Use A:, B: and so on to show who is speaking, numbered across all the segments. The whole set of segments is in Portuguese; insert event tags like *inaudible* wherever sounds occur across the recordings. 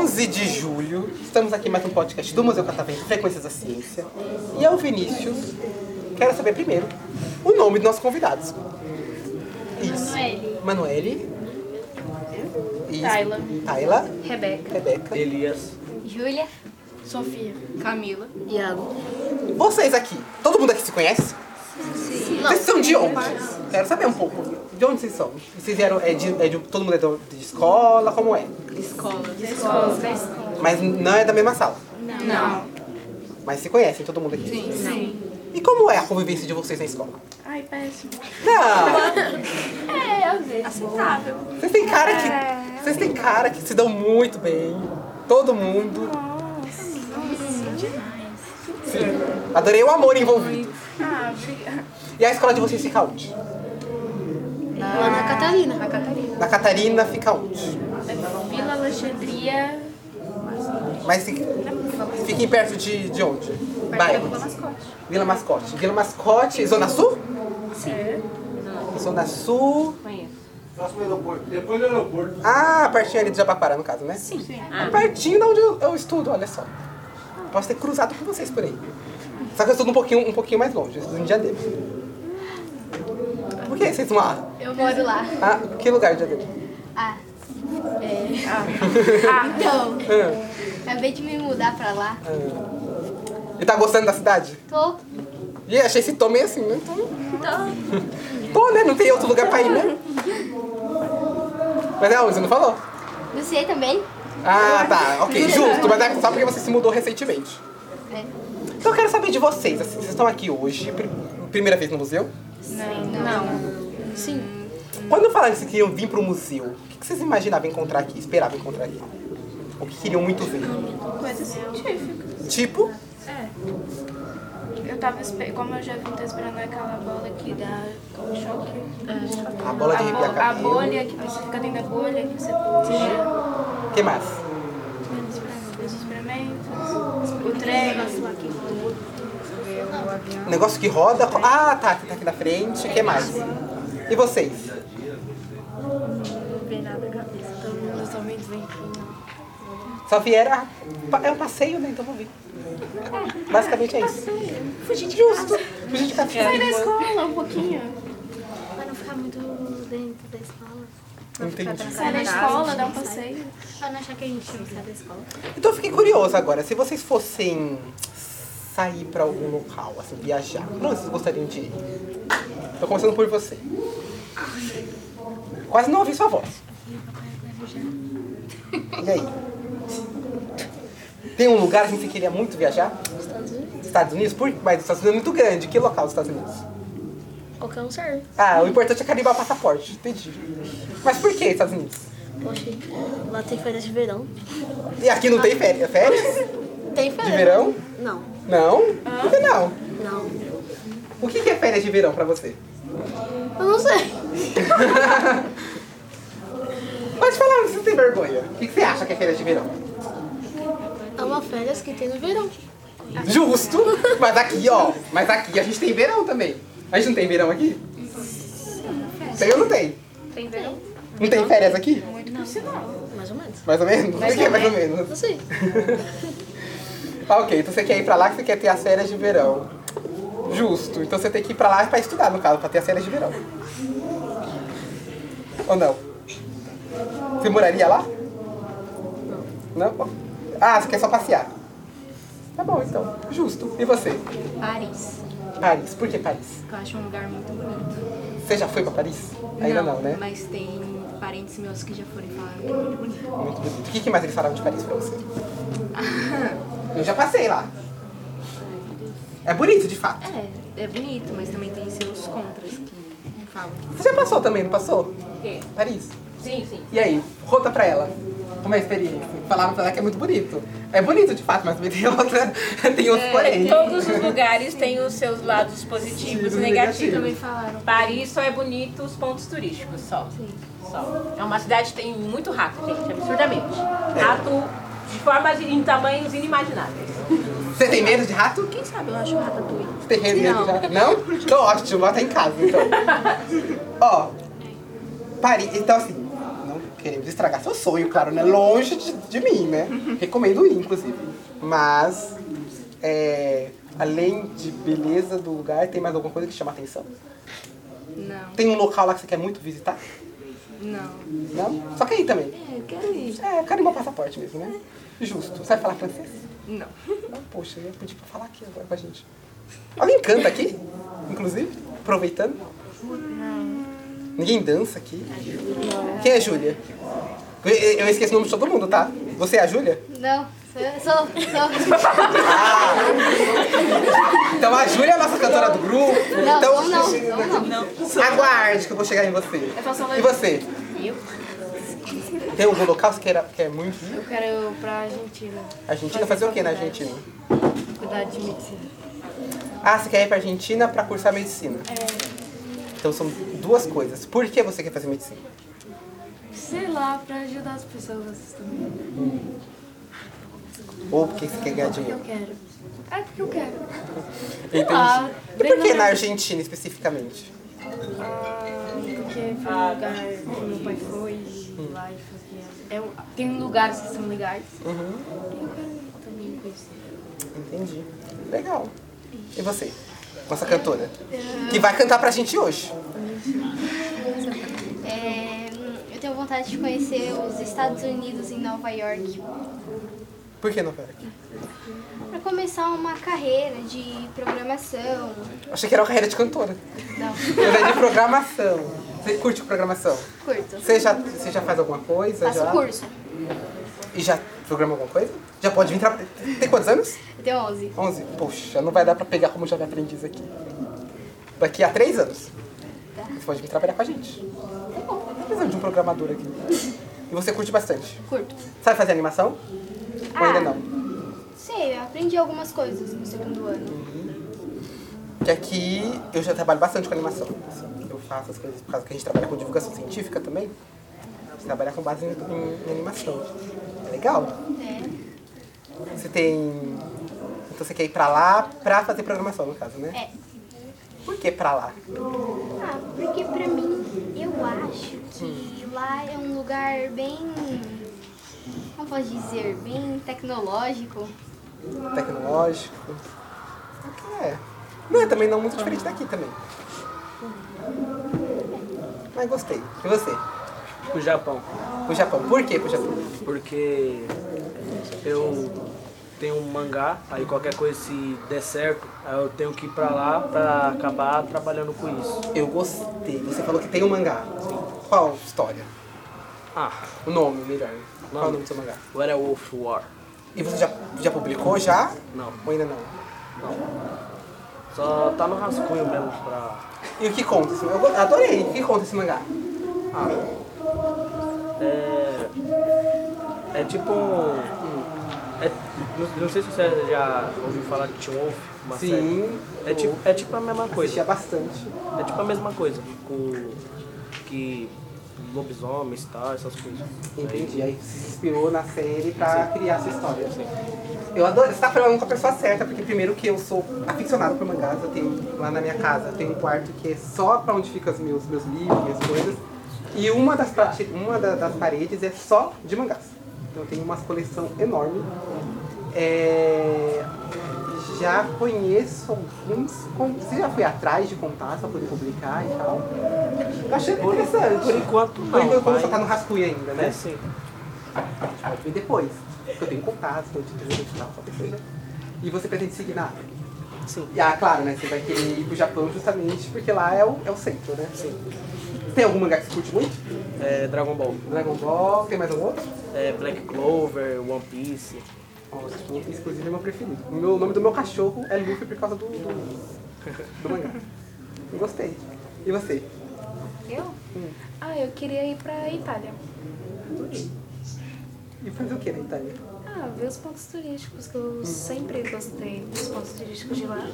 A: 11 de julho, estamos aqui em mais um podcast do Museu Catavento Frequências da Ciência. E eu, Vinícius, quero saber primeiro o nome dos nossos convidados. Isso.
B: Manoeli.
A: Manuele. Isso.
B: Tayla.
A: Tayla.
B: Rebeca,
A: Rebeca.
B: Júlia,
C: Sofia, Camila, Iago.
A: Vocês aqui, todo mundo aqui se conhece? Sim. Vocês são de onde? Quero saber um pouco. De onde vocês são? Vocês vieram, é de, é de- todo mundo é de, de escola, como é?
C: Escola.
A: Mas não é da mesma sala.
C: Não.
A: Mas se conhecem todo mundo aqui. Sim. E como é a convivência de vocês na escola?
C: Ai, péssimo.
A: Não!
B: é, eu vejo.
A: Vocês têm cara que. Vocês têm cara que se dão muito bem. Todo mundo. Sim. Adorei o amor envolvido.
C: Ah, obrigada.
A: E a escola de vocês fica onde?
B: Lá na Catarina. Na Catarina.
A: Na Catarina fica onde?
B: Vila Alexandria,
A: Mas se- fiquem perto de, de onde? Bairro. Vila Mascote. Vila Mascote, Zona Sul? Sim. Zona Sul.
D: Próximo aeroporto. Depois do aeroporto.
A: Ah, pertinho ali de Jabaquara, no caso, né? Sim. Pertinho de onde eu, eu estudo, olha só. Posso ter cruzado com vocês por aí. Só que eu estudo um pouquinho, um pouquinho mais longe, eu estudo em Diadema. Por que vocês vão lá?
B: eu moro lá.
A: Ah, que lugar de Diadema?
B: Ah, é. Então,
A: Ah,
B: acabei de me mudar pra lá.
A: ah. E tá gostando da cidade?
B: Tô.
A: E achei esse tom meio assim, né?
B: Tô.
A: Tô, né? Não tem outro lugar pra ir, né? Mas é onde? Você não falou?
B: Não sei também.
A: Ah, tá.
B: *laughs*
A: Ok, justo. Mas é só porque você se mudou recentemente.
B: É.
A: Então eu quero saber de vocês. assim, vocês estão aqui hoje, pri- primeira vez no museu?
C: Não.
B: Sim.
A: Quando falaram que queriam vir pro museu, o que que vocês imaginavam encontrar aqui, esperavam encontrar aqui? O que queriam muito ver?
C: Coisa científica.
A: Tipo,
C: É. Eu tava esperando, como eu já vim, tô esperando aquela bola que dá como choque.
A: A bola de
C: a,
A: arrepiar
C: bo- a
A: cabelo.
C: bolha que você fica dentro da bolha, que você tira
A: o que mais?
C: os experimentos, o trem.
A: O negócio que roda. ro- Ah, tá, que tá aqui na frente. O que mais? E vocês?
C: Eu também vem.
A: Só vieram. ah, pa- É um passeio, né? Então vou vir. Basicamente é isso. Fugir de Justo. Fugir de
C: Sai da
A: café.
C: escola um pouquinho.
E: Pra não ficar muito dentro da escola.
A: Entendi.
C: Sai da escola, dá um passeio.
E: Pra não achar que a gente não sai da escola.
A: Então eu fiquei curioso agora, se vocês fossem sair pra algum local, assim, viajar, pra onde vocês gostariam de ir? Tô começando por você. Quase não ouvi sua voz. E aí? Tem um lugar assim que você queria muito viajar?
E: Estados Unidos.
A: Estados Unidos? Por... Mas os Estados Unidos é muito grande. Que local dos Estados Unidos?
E: Qualquer um serve.
A: Ah, o importante é carimbar o passaporte. Entendi. Mas por que Estados Unidos?
E: Poxa, lá tem férias de verão.
A: E aqui não tem férias? Férias?
E: Tem férias? né?
A: De verão?
E: Não,
A: Não? Por que não?
E: não.
A: O que que é férias de verão pra você?
E: Eu não sei.
A: Pode falar, você não tem vergonha. O que que você acha que é férias de verão?
E: É uma férias que tem no verão.
A: Justo! Mas aqui, ó. Mas aqui a gente tem verão também. A gente não tem verão aqui? Tem ou não tem?
B: Tem verão?
A: Não tem férias aqui?
E: Mais ou menos.
A: Mais ou menos? Por que *laughs* mais ou menos?
E: Não sei.
A: Ah, ok, então você quer ir pra lá que você quer ter as férias de verão. Justo. Então você tem que ir pra lá pra estudar, no caso, pra ter as férias de verão. Ou não? Você moraria lá? Não. Não? Ah, você quer só passear. Tá bom, então. Justo. E você?
B: Paris.
A: Paris. Por que Paris?
B: Eu acho um lugar muito bonito.
A: Você já foi pra Paris? Ainda não, né?
B: Mas tem parentes meus que já foram falar que é muito bonito.
A: Muito bonito. O que que mais eles falaram de Paris pra você? Eu já passei lá. É bonito, de fato.
B: É, é bonito, mas também tem seus contras que falam.
A: Você já passou também, não passou?
B: Quê?
A: Paris.
B: Sim, sim.
A: E aí, conta pra ela. Como é a experiência? Falaram pra ela que é muito bonito. É bonito de fato, mas também tem outra. *laughs* Tem
F: É,
A: outros porém.
F: Todos os lugares têm os seus lados positivos
A: Sim, negativos.
F: e negativos.
B: Também falaram.
F: Paris só é bonito os pontos turísticos, só. Só. É uma cidade que tem muito É. rato, gente, absurdamente. Rato de formas e em tamanhos assim, inimagináveis.
A: Você tem medo de rato?
B: Quem sabe eu acho o Ratatouille.
A: Você tem medo de rato? Não? Então ótimo, bota em casa então. Ó, Paris, então assim, não queremos estragar seu sonho, claro, né? Longe de, de mim, né? Recomendo ir, inclusive. Mas, é, além de beleza do lugar, tem mais alguma coisa que chama a atenção?
B: Não,
A: Tem um local lá que você quer muito visitar?
B: não.
A: Não? Só que aí também.
B: É, eu quero ir.
A: É, eu quero ir meu passaporte mesmo, né? Justo. Sabe falar francês?
B: Não.
A: Ah, poxa, eu podia falar aqui agora com a gente. Alguém canta aqui? Inclusive? Aproveitando? Ninguém dança aqui? Quem é a Júlia? Eu- Eu esqueço o nome de todo mundo, tá? Você é a Júlia?
E: Não, sou, sou,
A: *laughs*
E: sou.
A: Então a Júlia é a nossa cantora do grupo.
E: Não,
A: então,
E: sou não, sou não.
A: Aguarde que eu vou chegar em você.
C: faço
A: E você?
C: Eu?
A: Tem algum local que você queira, quer muito ir?
C: Eu quero ir pra Argentina.
A: A Argentina fazer o que na Argentina?
C: Cuidar de medicina.
A: Ah, você quer ir pra Argentina pra cursar medicina? Então são duas coisas. Por que você quer fazer medicina?
C: Sei lá, pra ajudar as pessoas também.
A: Ou porque você quer ganhar dinheiro?
C: Eu quero. É porque eu quero.
A: Entendi.
C: Ah,
A: E por que na Argentina especificamente?
C: Ah, porque foi um lugar que meu pai foi e lá e fazia. É, um- tem lugares que são legais. E eu quero também conhecer.
A: Entendi. Legal. E você? Nossa cantora. Que vai cantar pra gente hoje.
G: É, eu tenho vontade de conhecer os Estados Unidos em Nova York.
A: Por que Nova York?
G: Para começar uma carreira de programação.
A: Achei que era uma carreira de cantora.
G: Não,
A: Eu era de programação. Você curte programação?
G: curto.
A: Você já, você já faz alguma coisa?
G: Faço
A: já?
G: curso.
A: E já programa alguma coisa? Já pode vir trabalhar. Tem quantos anos?
G: Eu tenho 11.
A: 11? Poxa, não vai dar pra pegar como jovem aprendiz aqui. Daqui a 3 anos. Você pode vir trabalhar com a gente. Tá Precisando de um programador aqui. E você curte bastante.
G: Curto.
A: Sabe fazer animação? Ou ainda não?
G: Sei, eu aprendi algumas coisas no segundo ano.
A: Que aqui eu já trabalho bastante com animação. assim. Eu faço as coisas por causa que a gente trabalha com divulgação científica também. A gente trabalha com base em, em- em animação. É legal.
G: É,
A: Você tem. Então você quer ir pra lá pra fazer programação, no caso, né?
G: é.
A: Por que pra lá?
G: Ah, porque pra mim, eu acho que
A: Hum.
G: lá é um lugar bem. Como posso dizer? Bem tecnológico.
A: Tecnológico. É. Não é também não muito diferente daqui também. Mas gostei. E você?
H: O Japão,
A: O Japão. Por que pro Japão?
H: porque eu tenho um mangá, aí qualquer coisa se der certo, aí eu tenho que ir pra lá pra acabar trabalhando com isso.
A: Eu gostei. Você falou que tem um mangá. Qual história?
H: Ah,
A: O nome, melhor. Qual o nome do seu mangá?
H: Werewolf War.
A: E você já, já publicou já?
H: Não,
A: Ou ainda não?
H: só tá no rascunho mesmo pra...
A: E o que conta? esse- Eu go- adorei. O que conta esse mangá?
H: É... É tipo um... é- não, não sei se você já ouviu falar de Teen Wolf, uma
A: Sim.
H: série. É tipo, é tipo a mesma coisa.
A: Assistia bastante.
H: É tipo a mesma coisa com... Que lobisomens e tal, essas coisas.
A: Entendi. Aí se inspirou na série pra criar essa história. Eu adoro. Você tá falando com a pessoa certa, porque primeiro que eu sou aficionado por mangás, eu tenho lá na minha casa, eu tenho um quarto que é só pra onde ficam os meus, meus livros, minhas coisas. E uma das, prate- uma da- das paredes é só de mangás. Então eu tenho uma coleção enorme. É, Já conheço alguns. con- Você já foi atrás de contar, só por publicar e tal? Eu achei
H: Por-
A: interessante.
H: por enquanto,
A: Por
H: não,
A: enquanto
H: mas-
A: só tá no rascunho ainda, né?
H: É sim.
A: Pode vir depois. Porque eu tenho contato, tenho título e tal, qualquer coisa. E você pretende seguir na África?
H: Sim.
A: E, ah, claro, né? Você vai querer ir pro Japão justamente porque lá é o, é o centro, né? Sim. Tem algum mangá que você curte muito?
H: É, Dragon Ball.
A: Dragon Ball, tem mais algum outro?
H: É, Black Clover, One Piece.
A: Nossa, tipo, esse, inclusive é meu preferido. O meu- o nome do meu cachorro é Luffy por causa do, do, do mangá. Gostei. E você?
C: Eu?
A: Hum.
C: Ah, eu queria ir pra Itália.
A: E fazer o né, que na Itália?
C: Ah,
B: lá, ver os pontos turísticos, que eu sempre gostei dos pontos turísticos de lá.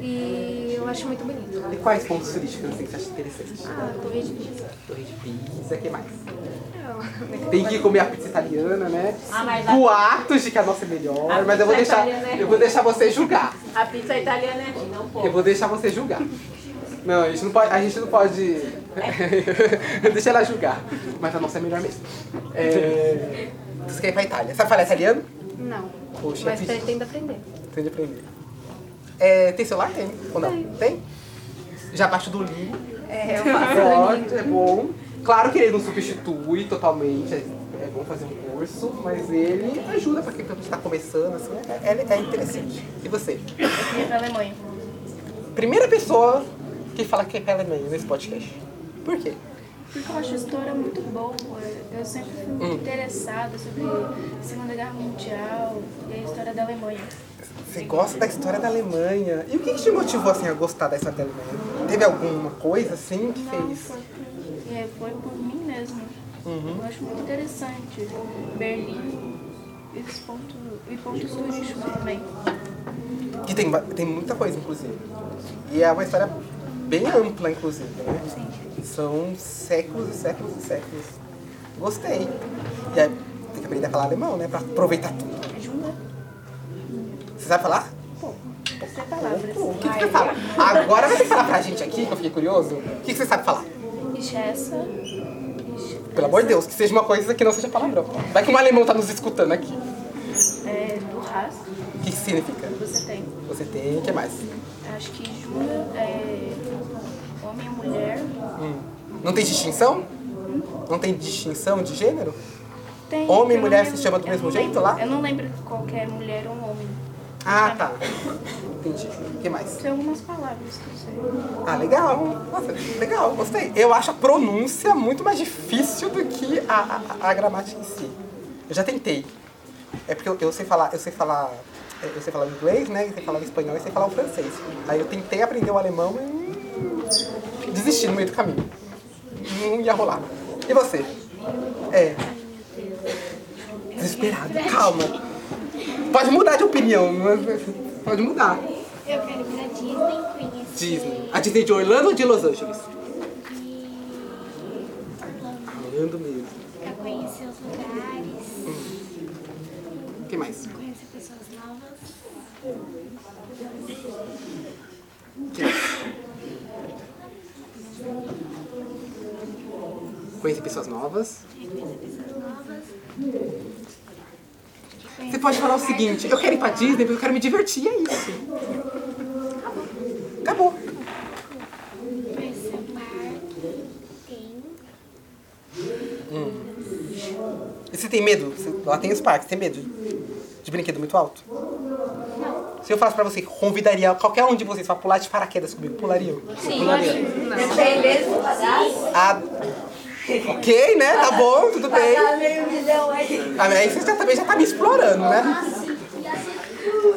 B: E eu acho muito bonito lá.
A: E quais pontos turísticos assim, que você acha interessante?
B: Ah, Torre de *laughs* Pisa.
A: Torre de Pisa, o que mais?
B: É,
A: Tem que comer a pizza italiana, né?
F: Ah, mas a-
A: Boatos de que a nossa é melhor,
F: A
A: mas eu vou
F: pizza
A: deixar,
F: italiana é
A: eu vou deixar você julgar.
F: A pizza italiana é ruim, não pô.
A: Eu vou deixar você julgar. Não, a gente não pode. A gente não pode... *laughs* Deixa ela julgar. Mas a nossa é melhor mesmo.
F: *laughs*
A: É... Você quer ir pra Itália? Sabe falar italiano?
B: não.
A: Poxa, é
B: Mas
A: fiz-
B: pretendo aprender.
A: Tem de aprender. É, tem celular? Tem. Ou não? Tem? Já baixo do livro. *laughs*
B: É, eu faço.
A: Pode, é bom. Claro que ele não substitui totalmente. É é bom fazer um curso, mas ele ajuda pra quem está começando, assim, é, é- é interessante. E você?
C: Eu ia pra Alemanha.
A: Primeira pessoa que fala que é pela Alemanha nesse podcast. Por quê?
C: Porque eu acho a história muito boa. Eu sempre fui muito interessada sobre a Segunda Guerra Mundial e a história da Alemanha.
A: Você gosta da história da Alemanha. E o que que te motivou assim, a gostar da história da Alemanha? Teve alguma coisa assim que
C: Não,
A: fez? Uhum.
C: foi por, é, foi por mim mesmo. Eu acho muito interessante. Berlim e os pontos, e pontos turísticos também.
A: Que tem, ba- tem muita coisa, inclusive. E é uma história bem ampla, inclusive, né? São séculos e séculos e séculos. Gostei. E aí, tem que aprender a falar alemão, né? Pra aproveitar tudo.
C: Ajuda
A: Você sabe falar?
C: sem palavras.
A: O que, que você fala? Agora você falar pra gente aqui, que eu fiquei curioso. O que, que você sabe falar?
C: E essa.
A: Pelo amor de Deus, que seja uma coisa que não seja palavrão. Vai que um alemão tá nos escutando aqui.
C: É, do Haas,
A: O que, que significa?
C: você tem.
A: Você tem, o que mais?
C: Acho que Jura é homem e mulher.
A: Não tem distinção? Não tem distinção de gênero?
C: Tem,
A: Homem e
C: eu não
A: mulher se
C: lembro-
A: chama do
C: eu
A: mesmo
C: não
A: jeito
C: lembro-
A: lá?
C: Eu não lembro qual que é mulher ou homem.
A: Ah, tá. Entendi. O que mais?
C: Tem algumas palavras que eu sei.
A: Ah, legal. Nossa, legal, gostei. Eu acho a pronúncia muito mais difícil do que a, a, a gramática em si. Eu já tentei. É porque eu, eu sei falar, eu sei falar, é, eu sei falar inglês, né? Eu sei falar espanhol e sei falar o francês. Aí eu tentei aprender o alemão e desisti no meio do caminho. Não ia rolar. E você? É. Desesperado, calma. Pode mudar de opinião, mas- pode mudar.
G: Eu quero ir pra Disney conhecer.
A: Disney. A Disney de Orlando ou de Los Angeles? Orlando mesmo.
G: Pra conhecer os lugares,
A: O que mais?
G: conhecer pessoas novas.
A: Conhecer pessoas novas.
G: Conhecer pessoas novas.
A: Você pode falar o seguinte, eu quero ir pra Disney, mas eu quero me divertir, é isso. Acabou. Hum.
G: Conhecer o parque. Tem.
A: E você tem medo? Você- Lá tem os parques, tem medo de brinquedo muito alto? Se eu falasse pra você, convidaria qualquer um de vocês pra pular de paraquedas comigo, pulariam? Sim. Pulariam.
F: Dependendo do cadastro,
A: Ah, ok, né? Tá bom, tudo bem.
F: tá meio milhão aí.
A: Ah, mas Aí você já, também já tá me explorando, né?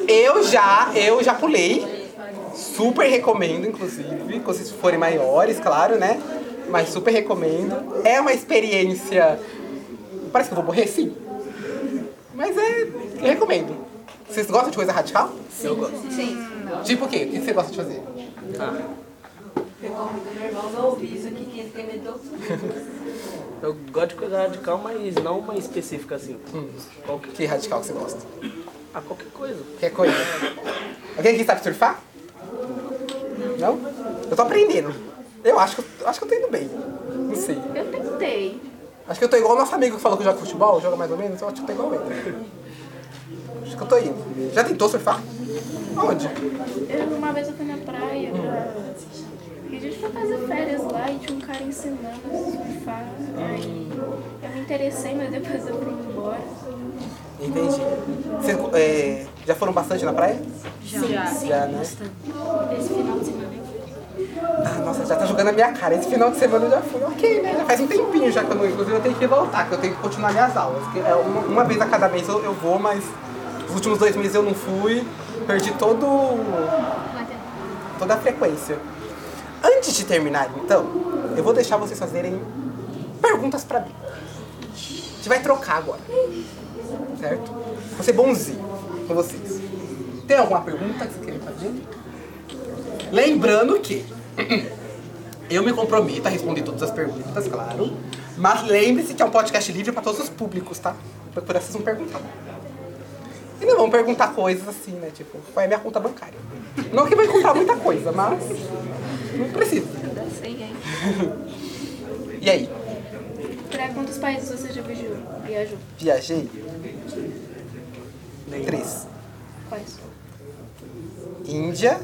A: Eu já, eu já pulei. Super recomendo, inclusive, quando vocês forem maiores, claro, né? Mas super recomendo. É uma experiência. Parece que eu vou morrer, sim. Mas é. eu recomendo. Vocês gostam de coisa radical? Sim. Eu gosto. Tipo o quê? O que você gosta de fazer?
H: ah,
F: Pegou muito meu irmão, não ouvi isso aqui, que ele tem medo
H: Eu gosto de coisa radical, mas não uma específica assim. Qualquer,
A: Que radical que você gosta?
H: ah, qualquer coisa.
A: Qualquer coisa. Alguém aqui sabe surfar? Não? Eu tô aprendendo. Eu acho que eu, acho que eu tô indo bem. Não sei.
C: Eu tentei.
A: Acho que eu tô igual o nosso amigo que falou que joga futebol, joga mais ou menos. Eu acho que eu tô igual ele. Acho que eu tô indo. Já tentou surfar? Onde?
C: Eu, uma vez eu fui na praia
B: Hum.
C: pra... e a gente foi fazer férias lá e tinha um cara ensinando a surfar. Aí
B: Hum.
C: eu me interessei, mas depois eu fui embora.
A: Entendi. Vocês é, já foram bastante na praia?
F: Já.
A: Já, né?
C: Esse final de semana eu
A: Ah, nossa, já tá jogando a minha cara. Esse final de semana eu já fui. Ok, né? Já faz um tempinho já que eu não. Inclusive eu tenho que voltar, que eu tenho que continuar minhas aulas. Que é uma, uma vez a cada mês eu, eu vou, mas os últimos dois meses eu não fui. Perdi todo, toda a frequência. Antes de terminar, então, eu vou deixar vocês fazerem perguntas pra mim. A gente vai trocar agora. Certo? Vou ser bonzinho com vocês. Tem alguma pergunta que você queira fazer? Lembrando que eu me comprometo a responder todas as perguntas, claro. Mas lembre-se que é um podcast livre para todos os públicos, tá? Pra poder vocês não perguntar. E não vão perguntar coisas assim, né? Tipo, qual é a minha conta bancária? Não que vai contar muita coisa, mas não precisa.
C: Não sei, hein?
A: *laughs* E aí,
C: Pra quantos países você já viajou? Viajou?
A: viajei? Três.
C: Quais?
A: Índia.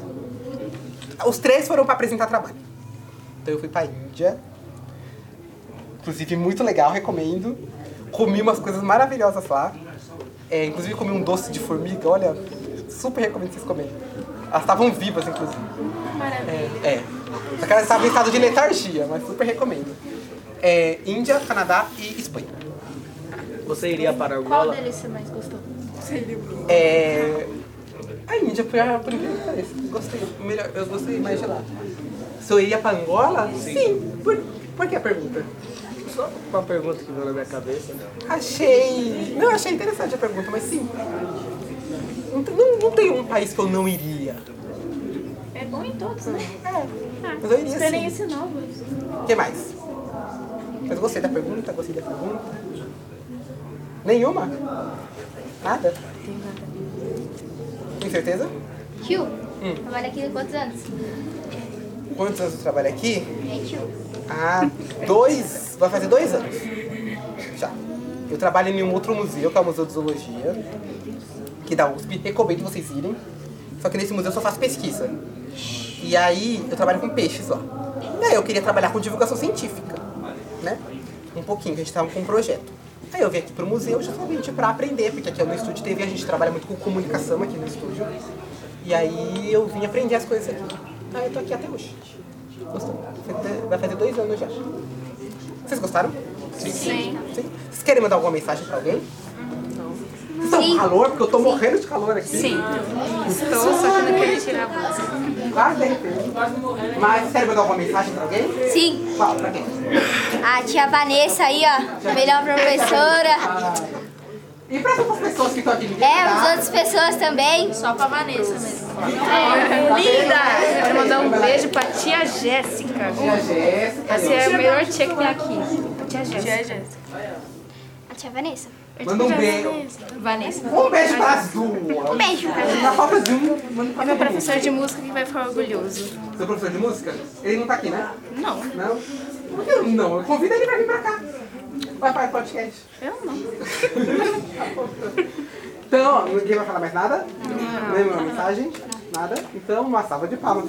A: Os três foram para apresentar trabalho. Então eu fui para Índia. Inclusive muito legal, recomendo. Comi umas coisas maravilhosas lá. É, inclusive comi um doce de formiga, olha, super recomendo vocês comerem. Elas estavam vivas, inclusive.
C: Maravilha.
A: É. Só que elas estavam em estado de letargia, mas super recomendo. É, Índia, Canadá e Espanha.
H: Você iria para
E: Qual
H: Angola?
E: deles você mais gostou?
A: É... A Índia, por, por incrível que pareça, gostei. Melhor, eu gostei mais de lá. Se eu iria pra Angola? Sim. Por, por que a pergunta?
H: Só uma pergunta que veio na minha cabeça.
A: Achei... Não, achei interessante a pergunta, mas sim. Não, tem- não, não tem um país que eu não iria.
C: É bom em todos, né?
B: Hum.
A: Mas eu iria sim.
B: assim.
C: Experiência nova.
A: O que mais? Mas gostei da pergunta, gostei da pergunta. Nenhuma? Nada?
B: Tem nada.
A: Tem certeza?
G: Tio, trabalha aqui há quantos anos?
A: Quantos anos eu trabalho aqui?
G: É, tio.
A: Ah, dois. Vai fazer dois anos. Já. Eu trabalho em um outro museu, que é o Museu de Zoologia, que da USP. Recomendo vocês irem. Só que nesse museu eu só faço pesquisa. E aí eu trabalho com peixes lá. E aí eu queria trabalhar com divulgação científica, né? Um pouquinho, que a gente tava com um projeto. Aí eu vim aqui pro museu justamente pra aprender, porque aqui é no estúdio TV a gente trabalha muito com comunicação aqui no estúdio. E aí eu vim aprender as coisas aqui. Aí eu tô aqui até hoje. Gostou? Vai fazer dois anos já. Vocês gostaram?
C: Sim.
A: Sim? Vocês querem mandar alguma mensagem pra alguém? Não. Estão com calor? Porque eu tô morrendo de calor aqui.
F: Sim.
B: Estou só que não queria tirar a blusa.
A: Quase derretendo. Mas vocês querem mandar alguma mensagem pra alguém?
G: Sim,
A: Fala, pra quem?
G: a tia Vanessa aí, ó. Melhor professora.
A: E pra todas as pessoas que estão aqui ninguém
G: É, as
A: tá?
G: outras pessoas também.
E: Só pra Vanessa mesmo.
B: Linda! Eu quero mandar um beijo pra tia Jéssica.
A: Tia Jéssica.
B: Essa é a melhor tia que tem aqui. Tia Jéssica.
G: A tia Vanessa.
A: Manda um beijo.
B: Vanessa.
A: Um beijo pra duas.
G: Um beijo.
A: Na falta de um, manda pra
B: É Meu
A: mim.
B: professor de música que vai ficar orgulhoso.
A: Seu professor de música? Ele não tá aqui, né?
B: Não,
A: Não? Por que não? Eu convido ele pra vir pra cá. Vai para o podcast.
B: eu não.
A: *laughs* Então, ó, ninguém vai falar mais nada? Não. Nenhuma mensagem? Nada? Então, uma salva de palmas.